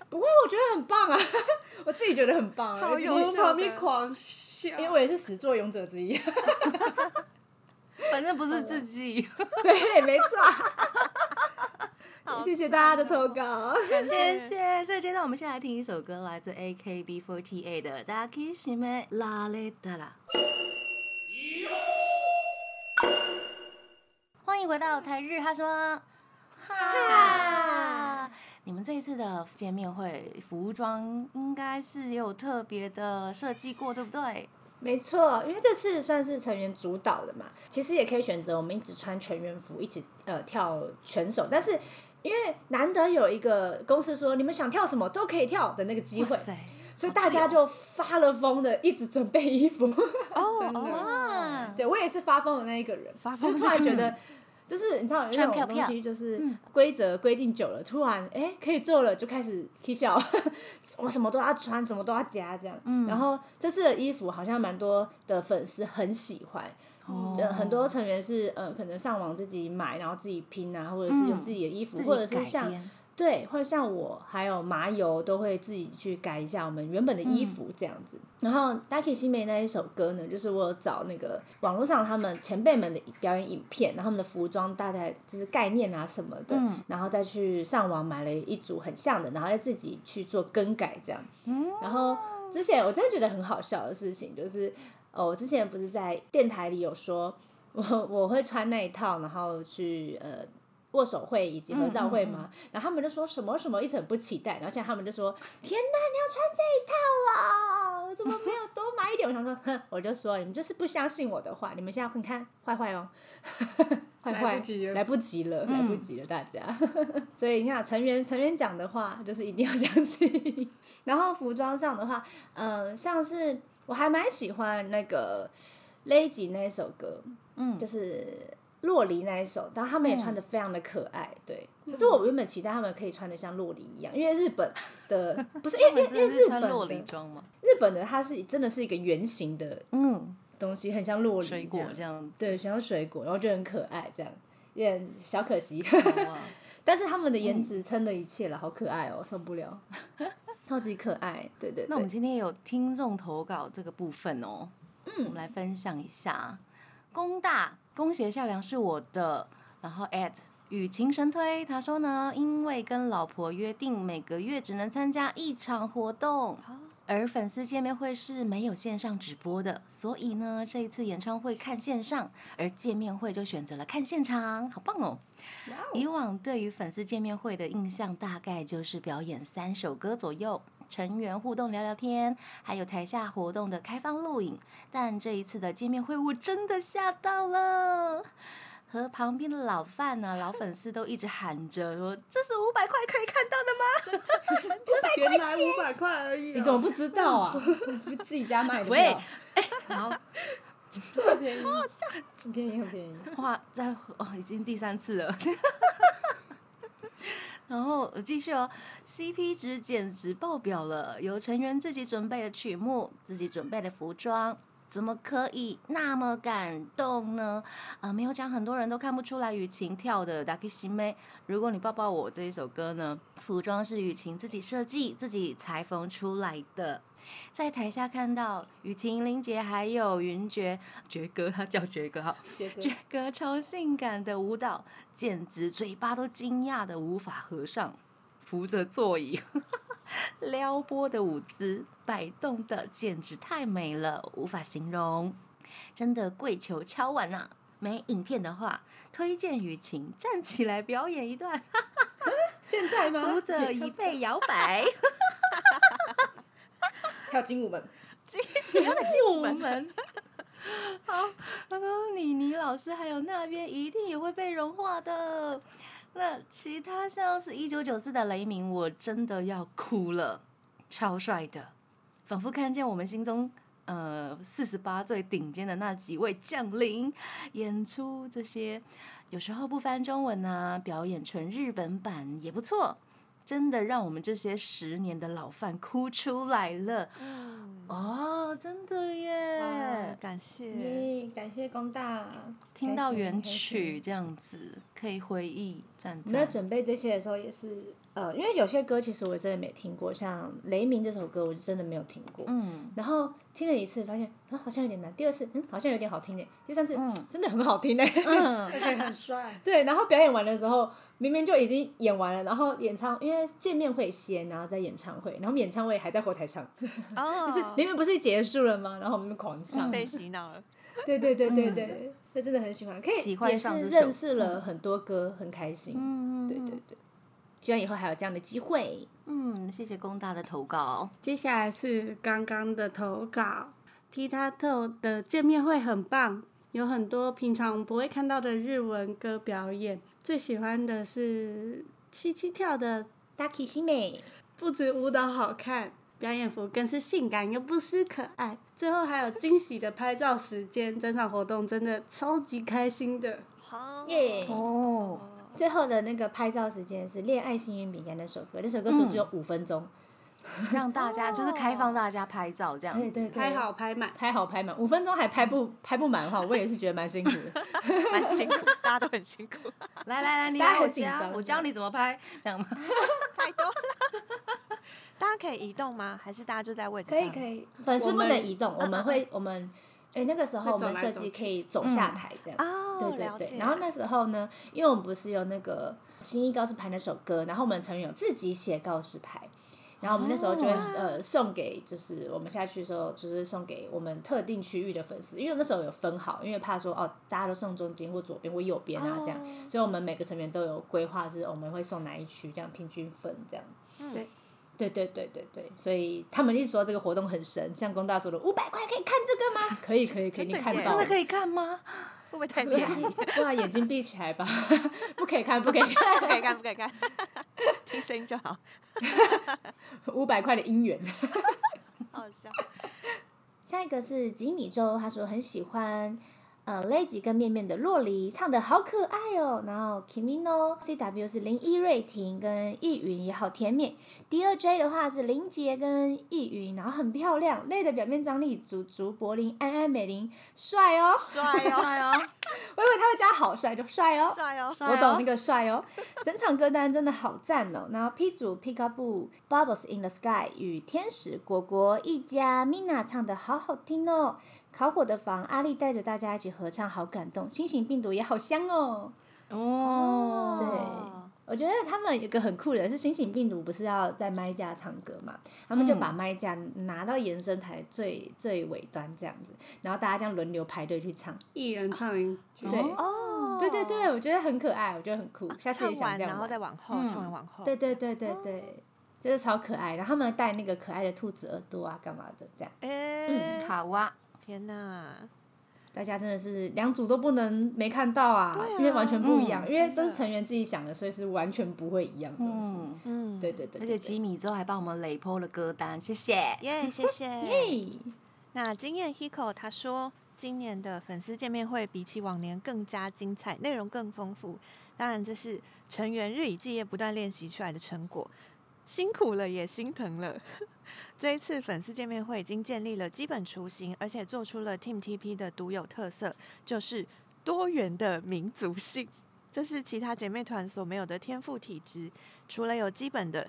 E: 不会，我觉得很棒啊， 我自己觉得很棒啊，
C: 超
E: 因
C: 有
E: 为
D: 我
C: 笑
D: 们
C: 的
D: 旁边狂笑，
E: 因为我也是始作俑者之一。
B: 反正不是自己。
E: 对，没错。
C: 好哦
E: 谢谢大家的投稿。
C: 感
B: 谢。谢。这个阶段我们先来听一首歌，来自 AKB48 的《大 a 西妹拉雷达拉》。欢迎回到台日哈说，哈。你们这一次的见面会，服装应该是有特别的设计过，对不对？
E: 没错，因为这次算是成员主导的嘛，其实也可以选择我们一直穿全员服，一起呃跳全手，但是。因为难得有一个公司说你们想跳什么都可以跳的那个机会
B: 哇，塞，
E: 所以大家就发了疯的一直准备衣服。
C: 哦
D: 真的
C: 哦，
B: 哇，
E: 对我也是发疯的那一个人，
C: 发疯的
E: 就突然觉得，就是你知道有那
B: 穿
E: 种
B: 票
E: 东
B: 票
E: 西，就是规则规定久了，突然哎、诶可以做了，就开始踢笑， 我什么都要穿，什么都要加这样。然后这次的衣服好像蛮多的粉丝很喜欢。
B: 哦
E: 呃，很多成员是呃，可能上网自己买，然后自己拼啊，或者是有自己的衣服，
B: 哦自
E: 或者
B: 己
E: 是
B: 改
E: 像
B: 编，
E: 对，或者像我还有麻油都会自己去改一下我们原本的衣服这样子。然后 Ducky 西梅那一首歌呢，就是我有找那个网络上他们前辈们的表演影片，然后他们的服装大概就是概念啊什么的，然后再去上网买了一组很像的，然后再自己去做更改这样。然后之前我真的觉得很好笑的事情就是，哦，我之前不是在电台里有说。我我会穿那一套，然后去呃握手会以及合照
D: 嗯
E: 会嘛，然后他们就说什么什么一直很不期待，然后现在他们 就说：“天哪，你要穿这一套啊！我怎么没有多买一点？”我想说，哼，我就说你们就是不相信我的话，你们现在你看坏坏哦，坏坏
D: 来不及了嗯
E: 来不及了，来不及了，大家。 所以你看啊成员成员讲的话，就是一定要相信。 然后服装上的话，嗯、像是我还蛮喜欢那个 Lazy 那一首歌，
B: 嗯
E: 就是洛梨那一首，然后他们也穿的非常的可爱，
B: 嗯
E: 对。可是我原本期待他们可以穿的像洛梨一样，因为日本 的不是因为
B: 他
E: 因
B: 们
E: 为因为
B: 真的是
E: 哎日
B: 穿
E: 本
B: 洛里
E: 的
B: 装吗？
E: 日本的它是真的是一个圆形的
B: 嗯，
E: 东西，很像洛梨
B: 水果
E: 这
B: 这
E: 样，
B: 样子。
E: 对，像水果，然后就很可爱这样，有点小 可惜。
B: 哇
E: 但是他们的
B: 嗯
E: 颜值撑了一切了，好可爱哦，受不 了，超级可爱，对对对。
B: 那我们今天也有听众投稿这个部分哦，
E: 嗯
B: 我们来分享一下。工大工协校良是我的，然后 at 雨晴神推，他说呢，因为跟老婆约定每个月只能参加一场活动，而粉丝见面会是没有线上直播的，所以呢，这一次演唱会看线上，而见面会就选择了看现场，好棒哦！以往对于粉丝见面会的印象，大概就是表演三首歌左右，成员互动聊聊天，还有台下活动的开放录影。但这一次的见面会，我真的吓到了。和旁边的老范呢、老粉丝都一直喊着说：“这是五百块可以看到的吗？”
D: 原来五百块而已、
E: 你怎么？不知道啊？你是不是自己家买的？
B: 喂，哎
D: 这么便宜？
E: 很便宜，很便宜。
B: 哇，在哦，已经第三次了。然后我继续哦，CP 值简直爆表了，有成员自己准备的曲目，自己准备的服装。怎么可以那么感动呢？啊，没有讲，很多人都看不出来雨晴跳的《d a k i s h i m e 如果你抱抱我这一首歌呢，服装是雨晴自己设计、自己裁缝出来的。在台下看到雨晴、林杰还有云爵爵哥，他叫爵哥哈，
E: 杰哥
B: 爵哥超性感的舞蹈，简直嘴巴都惊讶的无法合上，扶着座椅， 撩拨的舞姿，摆动的简直太美了，无法形容，真的跪求敲碗呐、啊没影片的话，推荐雨晴站起来表演一段，
E: 现在
B: 扶着椅背摇摆，
E: 跳精舞门，
B: 你要进 我们。好，他说妮妮老师还有那边一定也会被融化的。那其他像是一九九四的雷鸣，我真的要哭了，超帅的，仿佛看见我们心中呃四十八最顶尖的那几位将领演出这些，有时候不翻中文啊，表演纯日本版也不错，真的让我们这些十年的老范哭出来了。哦，真的
C: 哇
B: 耶！
C: 感谢。
E: 哦耶！感谢光大，
B: 听到原
E: 开心
B: 曲这样子，可以回忆赞
E: 我们在
B: 赞。
E: 准备这些的时候也是，呃，因为有些歌其实我真的没听过，像《雷鸣》这首歌，我是真的没有听过。
B: 嗯，
E: 然后听了一次，发现啊好像有点难，第二次嗯好像有点好听嘞，第三次、
B: 嗯
E: 真的很好听嘞。
D: 而且很帅。
E: 对，然后表演完的时候，明明就已经演完了，然后演唱因为见面会先，然后在演唱会，然后演唱会还在后台唱，
B: 嗯
E: 就是
C: 哦，
E: 明明不是结束了吗？然后我们狂唱。
C: 被洗脑 了。
E: 对对对对对，这、真的很喜欢，可以
B: 嗯喜欢
E: 也
B: 上
E: 是
B: 这首
E: 认识了很多歌，很开心。
B: 嗯
E: 对对对，希望以后还有这样的机会。
B: 嗯，谢谢工大的投稿。
D: 接下来是刚刚的投稿踢踏透的见面会很棒，有很多平常不会看到的日文歌表演。最喜欢的是七七跳的，
E: Ducky 西美，
B: 嗯
D: 不止舞蹈好看，表演服更是性感又不失可爱。最后还有惊喜的拍照时间，整场活动真的超级开心的。
C: 好
E: 耶、
B: 哦，
E: 最后的那个拍照时间是《恋爱幸运饼干》那首歌，那首歌就只有
B: 嗯
E: 五分钟、
B: 让大家就是开放大家拍照这样
E: 对
B: 子。
E: 对对，
D: 拍好拍满，
E: 拍好拍满，五分钟还拍不拍不满的话，我也是觉得蛮辛苦的。
C: 蛮辛苦，大家都很辛苦，
B: 来来来，你
E: 大家
B: 来
E: 好
B: 我
E: 紧
B: 家，
E: 张
B: 我教你怎么拍，这样吗？
C: 太多了。大家可以移动吗？还是大家就在位置上？以。
E: 以，粉丝不能移动，我们会我们。哎、那个时候
D: 嗯
E: 我
D: 会走
E: 们
D: 来
E: 设
D: 走
E: 计
D: 去
E: 可以走下台这样，
C: 哦，
E: 对
C: 了
E: 对
C: 解。
E: 对。然后那时候呢，因为我们不是有那个新一告示牌那首歌，然后我们成员有自己写告示牌，然后我们那时候就
C: 哦
E: 会、呃送给，就是我们下去的时候，就是送给我们特定区域的粉丝，因为那时候有分好，因为怕说哦大家都送中间或左边或右边啊这样，
C: 哦
E: 所以我们每个成员都有规划，是我们会送哪一区，这样平均分这样。
C: 嗯
D: 对。
E: 对对对对对，所以他们一直说这个活动很神，像龚大说的，五百块可以看这个吗？ 可以可以可以，你
C: 真的
E: 看
C: 耶
E: 到
B: 真
E: 了
B: 的可以看吗？
C: 会不会太便宜？
E: 对啊，眼睛闭起来吧，不可以 看，不可以看，
C: 不可以看，不可以看，听声音就好。
E: 五百块的姻缘。
C: 好笑。
E: 下一个是吉米周，他说很喜欢。呃，Lazy 跟面面的洛梨唱的好可爱哦，然后 Kimino CW 是林依瑞婷跟易云也好甜美，D 二 J 的话是林杰跟易云，然后很漂亮，类的表面张力足足柏林安安美玲帅哦，
C: 帅哦，
B: 帅哦，
E: 我以为他会加好帅就帅哦，
C: 帅哦，
B: 帅哦
E: 我懂那个帅哦， 整场歌单真的好赞哦。然后 P 组 Pick Up Bubbles in the Sky 与天使果果一家 Mina 唱的好好听哦。烤火的房，阿丽带着大家一起合唱，好感动。新型病毒也好香哦。
B: 哦，
E: 对，我觉得他们有一个很酷的是，新型病毒不是要在麦架唱歌嘛，他
C: 嗯
E: 们就把麦架拿到延伸台最最尾端这样子，然后大家这样轮流排队去唱。
D: 一人唱一句，
E: 对，
C: 哦，
E: 对对对，我觉得很可爱，我觉得很酷。下次
C: 唱
E: 也想
C: 完
E: 这样
C: 然后
E: 玩
C: 再往后，
B: 嗯
C: 唱完往后，
E: 对对对
B: 哦
E: 对对，就是超可爱。然后他们戴那个可爱的兔子耳朵啊，干嘛的这样？嗯
C: 哎，
B: 好啊，
C: 天哪，
E: 大家真的是两组都不能没看到啊，
C: 对啊
E: 因为完全不一样，
B: 嗯
E: 因为都
C: 真
E: 是
C: 的
E: 成员自己想的，所以是完全不会一样的东西。
B: 嗯，
C: 嗯，
E: 对对对
B: 而
E: 对
B: 且
E: 对
B: 吉米之后还帮我们累剖了歌单，谢 谢。
C: 耶，谢谢。
E: 耶，
C: 那经验 Hiko 他说。今年的粉丝见面会比起往年更加精彩，内容更丰富。当然，这是成员日以继夜不断练习出来的成果，辛苦了也心疼了。 这一次粉丝见面会已经建立了基本雏形，而且做出了 Team TP 的独有特色，就是多元的民族性， 这是其他姐妹团所没有的天赋体质。除了有基本的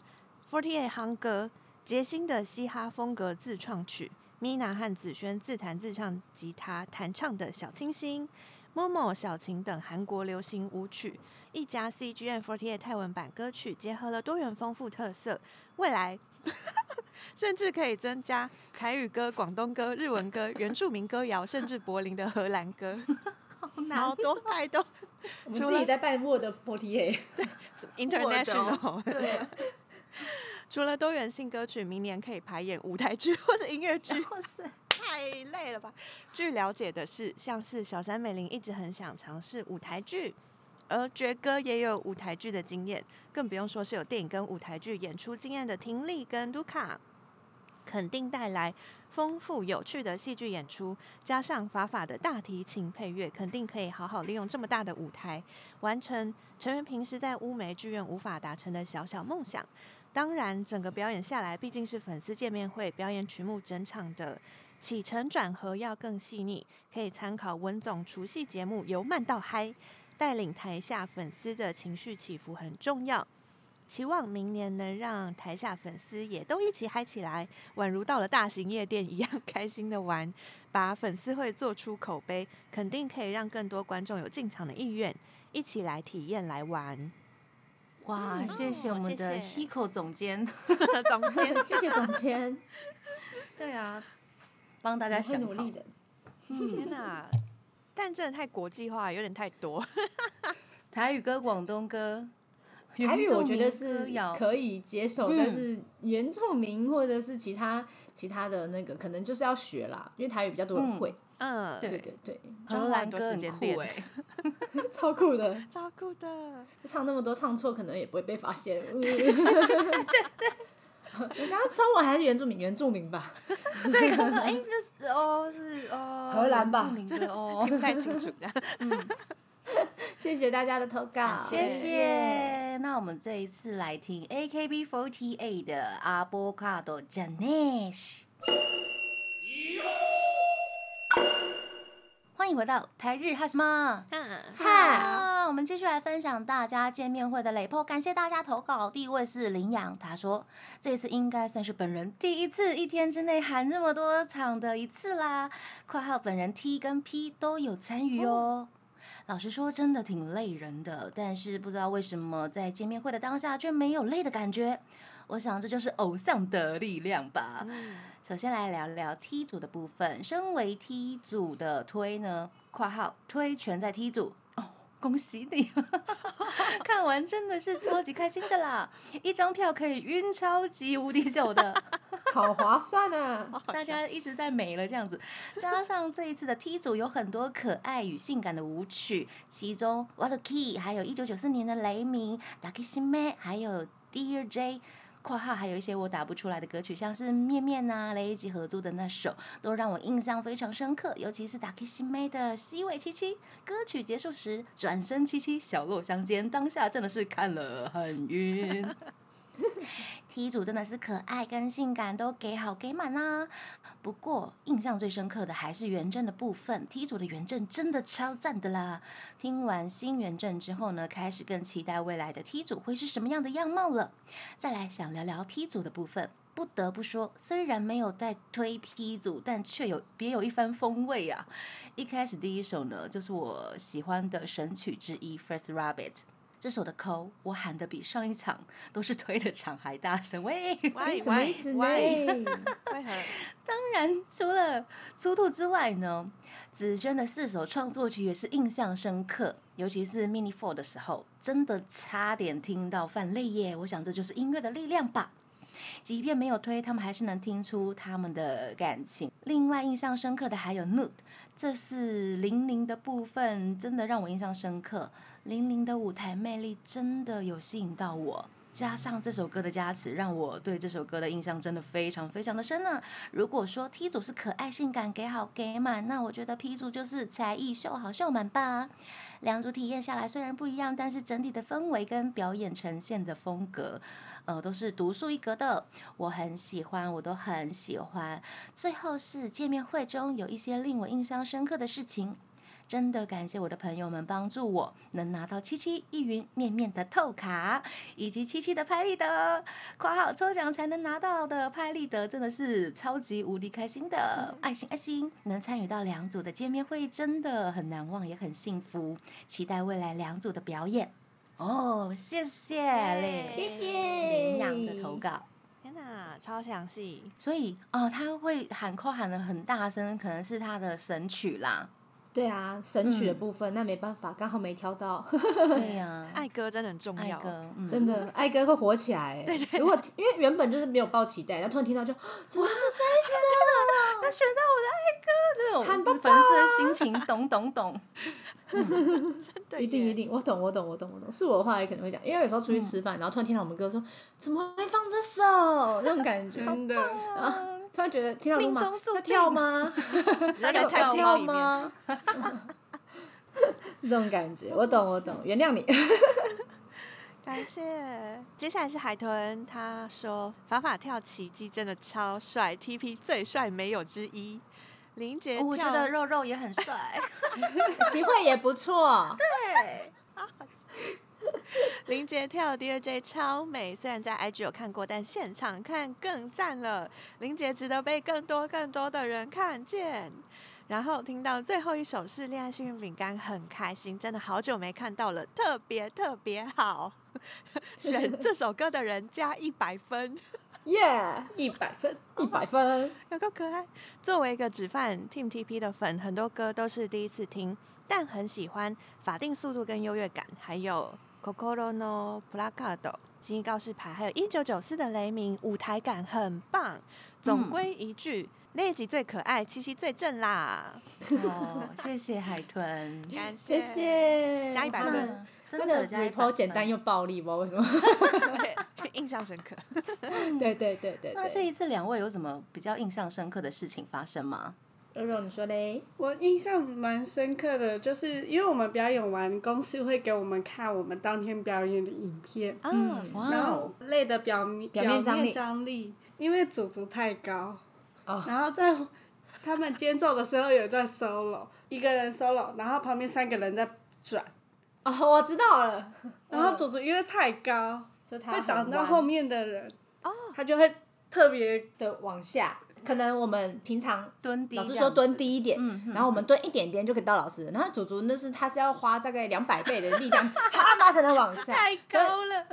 C: Forty Eight 夯歌、杰星的嘻哈风格自创曲、Mina 和子轩自弹自唱吉他弹唱的小清新、Momo 小琴等韩国流行舞曲，一家 CGN48 泰文版歌曲结合了多元丰富特色，未来甚至可以增加 台语歌、广东歌、日文歌、原住民歌谣，甚至柏林的荷兰歌。
B: 好
C: 好多代都
E: 我们自己在办 Word Forty Eight，
C: international。
E: 对，
C: 除了多元性歌曲，明年可以排演舞台剧或是音乐剧。
B: 哇塞，
C: 太累了吧？据了解的是，像是小山美玲一直很想尝试舞台剧，而爵哥也有舞台剧的经验，更不用说是有电影跟舞台剧演出经验的婷丽跟卢卡，肯定带来丰富有趣的戏剧演出，加上法法的大提琴配乐，肯定可以好好利用这么大的舞台，完成成员平时在乌梅剧院无法达成的小小梦想。当然，整个表演下来，毕竟是粉丝见面会，表演曲目整场的起承转合要更细腻，可以参考文总除夕节目《由慢到嗨》，带领台下粉丝的情绪起伏很重要。期望明年能让台下粉丝也都一起嗨起来，宛如到了大型夜店一样 开心的玩，把粉丝会做出口碑，肯定可以让更多观众有进场的意愿，一起来体验来玩。
E: 嗯
B: 哇，谢谢
E: 哦
B: 我们的
C: 谢谢
B: Hiko 总监，
C: 总监，
E: 谢谢总监，
B: 对啊，帮 大家
E: 会
B: 想
E: 努力
B: 好
E: 的。
C: 嗯天哪！但真的太国际化，有点太多。
B: 台语歌、广东歌、
E: 台语
B: 原住
E: 我觉得
B: 民
E: 是
B: 歌谣
E: 可以接受，
B: 嗯
E: 但是原住民或者是其他其他的那个，可能就是要学啦，因为台语比较多人会。
C: 嗯，
E: 对
B: 对
E: 对对，
B: 荷兰歌
C: 中华很多
B: 很
C: 时间
B: 酷哎、
E: 超酷的，
C: 照顾的。
E: 唱那么多唱错，可能也不会被发 现。嗯 人家中文还是原住民，原住民吧。
B: 对，可能哎，那是哦是哦，
E: 荷兰吧
B: 原住民歌哦，
C: 听不太清楚的。
E: 谢谢大家的投稿，
B: 谢谢。那我们这一次来听 AKB48 的阿波卡多 Janesh。欢迎回到台日哈什么？
C: 嗯
E: 哈，
B: 啊，我们继续来分享大家见面会的雷破，感谢大家投稿。第一位是林阳，他说这次应该算是本人第一次一天之内喊这么多场的一次啦。括号本人 T 跟 P 都有参与哦。老实说，真的挺累人的，但是不知道为什么在见面会的当下却没有累的感觉。我想这就是偶像的力量吧。首先来聊聊 T 组的部分。身为 T 组的推呢，括号推全在 T 组哦，恭喜你！ 看完真的是超级开心的啦，一张票可以晕超级无敌久的。
E: 好划算啊！
B: 大家一直在美了这样子，加上这一次的 T 组有很多可爱与性感的舞曲，其中《What a Key》，还有一九九四年的《雷鸣》，《Ducky s m a 还有《Dear J》。括号还有一些我打不出来的歌曲，像是面面呐、雷一吉合作的那首，都让我印象非常深刻。尤其是打开心妹的 C 位七七，歌曲结束时转身七七小露相间，当下真的是看了很晕。T 组真的是可爱跟性感都给好给满啊啦、不过印象最深刻的还是元正的部分，T 组的元正真的超赞的啦！听完新元正之后呢，开始更期待未来的 T 组会是什么样的样貌了。再来想聊聊 P 组的部分。不得不说，虽然没有在推 P 组，但却有别有一番风味啊！一开始第一首呢，就是我喜欢的神曲之一《First Rabbit》。这首的口我喊的比上一场都是推的场还大声，喂！
C: 喂
E: 什么意思呢？
C: 喂为何？
B: 当然，除了出兔之外呢，紫娟的四首创作曲也是印象深刻，尤其是 Mini Four 的时候，真的差点听到泛泪耶！我想这就是音乐的力量吧。即便没有推，他们还是能听出他们的感情。另外，印象深刻的还有 Nude，这是玲玲的部分，真的让我印象深刻。玲玲的舞台魅力真的有吸引到我，加上这首歌的加持，让我对这首歌的印象真的非常非常的深啊！如果说 T 组是可爱、性感、给好给满，那我觉得 P 组就是才艺秀好秀满吧。两组体验下来虽然不一样，但是整体的氛围跟表演呈现的风格，呃，都是独树一格的。我很喜欢，我都很喜欢。最后是见面会中有一些令我印象深刻的事情。真的感谢我的朋友们帮助我，能拿到七七易云面面的透卡，以及七七的拍立得。括号抽奖才能拿到的拍立得，真的是超级无敌开心
C: 嗯
B: 的，爱心爱心！能参与到两组的见面会，真的很难忘，也很幸福。期待未来两组的表演。哦，谢谢
E: 哎
B: 林
C: 谢谢
B: 林阳的投稿。
C: 天哪，超详细。
B: 所以哦，他会喊扣喊的很大声，可能是他的神曲啦。
E: 对啊，神曲的部分、那没办法，刚好没挑到，
B: 嗯对呀，
E: 嗯
C: 爱歌真的很重
B: 爱
C: 要。
B: 歌，嗯
E: 真的爱歌会火 起来欸。如果因为原本就是没有抱期待，然后突然听到就怎么是
B: 他哦选到我的爱歌，那种粉丝的心情，懂懂懂。
C: 对耶，
E: 一定一定，我懂我懂我懂我懂。是我的话也可能会讲，因为有时候出去吃
B: 嗯
E: 饭，然后突然听到我们歌说怎么会放这首那种感觉，
C: 真的，
E: 然后突然觉得听到路
B: 命
E: 马
B: 中注
E: 要
B: 定 哦
E: 跳吗？
C: 你在 餐厅
E: 要
C: 里面，
E: 吗？ 这种感觉，我懂我懂，原谅 你。
C: 感谢。接下来是海豚，他说法法跳奇迹真的超帅，TP 最帅没有之一。林杰
E: 哦
B: 我觉
C: 跳，
B: 得肉肉也很帅，
E: 齐慧也不错，
B: 对，
C: 林杰跳 d j 超美，虽然在 IG 有看过，但现场看更赞了。林杰值得被更多更多的人看见。然后听到最后一首是《恋爱幸运饼干》，很开心，真的好久没看到了，特别特别好。 选这首歌的人加一百分。
E: 耶，一百分，一百分。
C: 有够可爱。作为一个只fan Team TP 的粉，很多歌都是第一次听，但很喜欢法定速度跟优越感，还有 Kokoro no Placado 新一告示牌，还有一九九四的雷鸣，舞台感很棒。总归一句，那一集最可爱，七七最正啦！
B: 哦，谢谢海 豚，
C: 感
E: 谢谢，
C: 加100分
B: 嗯真
E: 真
B: 的
E: 的
B: 加一百
E: report
B: 分
E: 简单。又暴力，不知道为什么。
C: 印象深刻。
E: 对对对对
B: 那这
E: 对。
B: 一次两位有什么比较印象深刻的事情发生吗？
E: 肉肉，你说嘞？
D: 我印象蛮深刻的，就是因为我们表演完，公司会给我们看我们当天表演的影片，
C: 啊、
E: 嗯
B: 哇哦
D: 然后累的表面
E: 哦表面张力
D: 张力，因为组足太高，
E: 哦
D: 然后在他们间奏的时候有一段 solo，一个人 solo，然后旁边三个人在转，
E: 哦，我知道了，
D: 然后组足因为太高，
E: 说他
D: 会挡
E: 很
D: 到
E: 弯
D: 后面的人，他就会特别
E: 的往下。可能我们平常
B: 蹲低，
E: 老师说蹲，低一点，
B: 嗯嗯
E: 然后我们蹲一点点就可以到老师了。然后祖祖那是他是要花大概两百倍的力量， 啪他才能往下。
B: 太高了，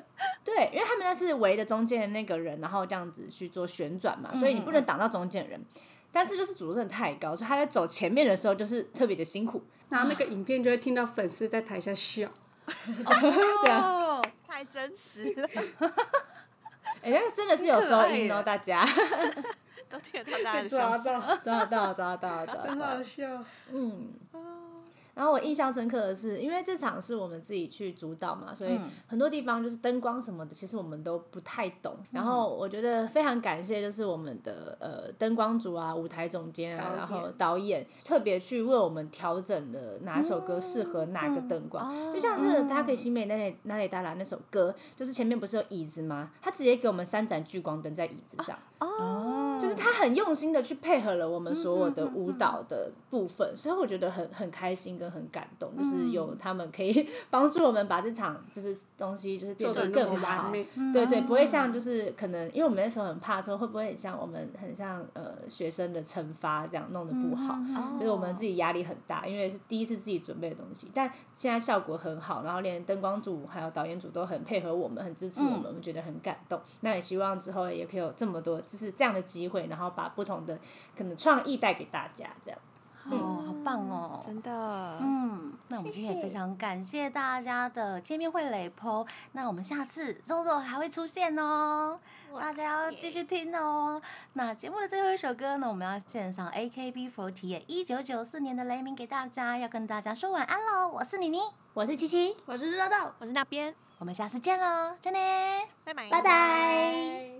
E: 对，因为他们那是围着中间的那个人，然后这样子去做旋转嘛，所以你不能挡到中间的人。但是就是主真的太高，所以他在走前面的时候就是特别的辛苦。
D: 然后那个影片就会听到粉丝在台下笑，
E: 这样，
B: 哦，
C: 太真实了，
E: 哎、那个真的是有收音哦，
B: 很可爱耶
E: 大家
C: 都听得到大家
D: 被
C: 的笑
D: 抓
C: 声。
D: 到，
E: 抓到抓到抓
D: 很
E: 到
D: 好，笑。
E: 嗯。然后我印象深刻的是，因为这场是我们自己去主导嘛，所以
B: 嗯
E: 很多地方就是灯光什么的，其实我们都不太懂。
D: 嗯
E: 然后我觉得非常感谢，就是我们的呃灯光组啊、舞台总监啊
D: 导，演
E: 然后导演特别去为我们调整了哪首歌适合
D: 嗯
E: 哪个灯光，
D: 哦
E: 就像是大家可以新美那里那里达拉那首歌，就是前面不是有椅子吗？他直接给我们三盏聚光灯在椅子上。
B: 哦，
E: 就是他很用心的去配合了我们所有的舞蹈的部分，所以我觉得很很开心跟很感动，就是有他们可以帮助我们把这场就是东西就是变
D: 做
E: 得
D: 的
E: 更
D: 完
E: 好。
D: 美，
E: 对对，不会像就是可能，因为我们那时候很怕说会不会很像我们很像呃学生的惩罚这样弄得不好，
C: 哦
E: 就是我们自己压力很大，因为是第一次自己准备的东西，但现在效果很好，然后连灯光组还有导演组都很配合我们，很支持我们，我们觉得很感动。那也希望之后也可以有这么多就是这样的机会，然后把不同的可能创意带给大家，这样
B: 哦，好棒哦，
C: 真的，
B: 嗯，那我们今天也非常感谢大家的见面会雷剖，那我们下次周周还会出现哦，大家要继续听哦。那节目的最后一首歌呢，我们要献上 AKB48 一九九四年的雷鸣给大家，要跟大家说晚安喽。我是妮妮，
E: 我是七七，
D: 我是肉肉，
C: 我是那边，
B: 我们下次见喽，再见。
C: 拜拜，
E: 拜拜。
D: 拜